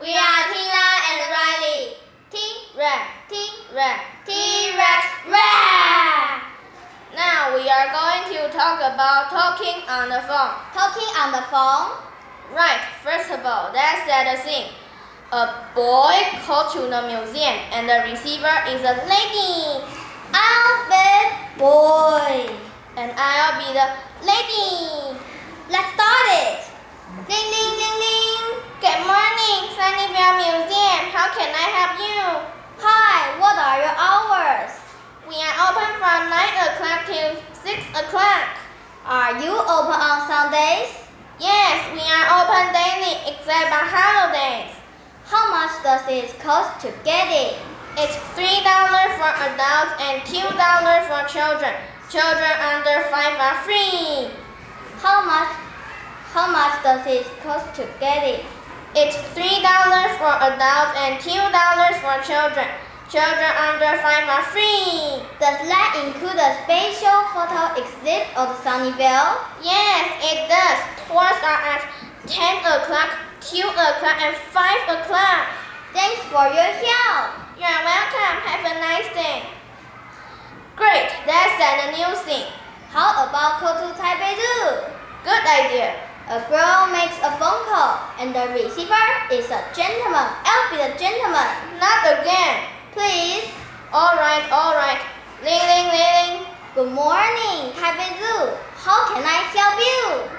We are Tila and Riley. T Rex, T Rex, T Rex, Rex. Now we are going to talk about talking on the phone. Talking on the phone? Right, first of all, let's set the scene. A boy called to the museum and the receiver is a lady. I'll be boy. And I'll be the lady. Let's start it. Ding ding ding ding. Good morning, Sunnyvale Museum. How can I help you? Hi, what are your hours? We are open from 9 o'clock till 6 o'clock. Are you open on Sundays? Yes, we are open daily except on holidays. How much does it cost to get it? It's three dollars for adults and two dollars for children. Children under five are free. How much? How much does it cost to get it? It's three dollars for adults and two dollars for children. Children under five are free. Does that include a special photo exhibit of Sunnyvale? Yes, it does. Tours are at ten o'clock, two o'clock, and five o'clock. Thanks for your help. You're welcome. Have a nice day. Great, that's a new thing. How about go to Taipei Zoo? Good idea. A girl makes a phone call, and the receiver is a gentleman. I'll be the gentleman. Not again. Please. All right, all right. Ling, ling, ling, ling. Good morning, Taipei Zoo. How can I help you?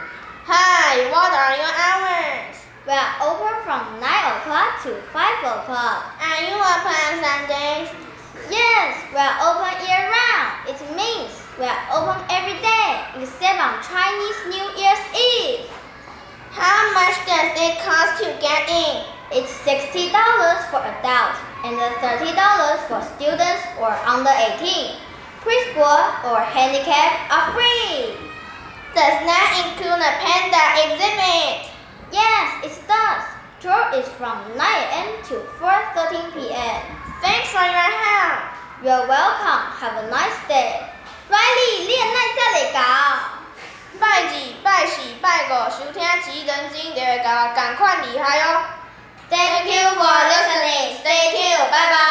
Hi, what are your hours? We are open from 9 o'clock to 5 o'clock. Are you open on Sundays? Yes, we are open year round. It means we are open every day except on Chinese New Year's Eve. How much does it cost to get in? It's $60 for adults and $30 for students or under 18. Preschool or handicap are free. Does not include a panda exhibit. Yes, it does. Tour is from 9 a.m. to 4.13 p.m. Thanks for your help. You're welcome. Have a nice day. Riley, 恋爱这里搞。拜几拜四拜五，收听奇人经典的赶快离开哦。Thank you for listening. Stay tuned. Bye bye.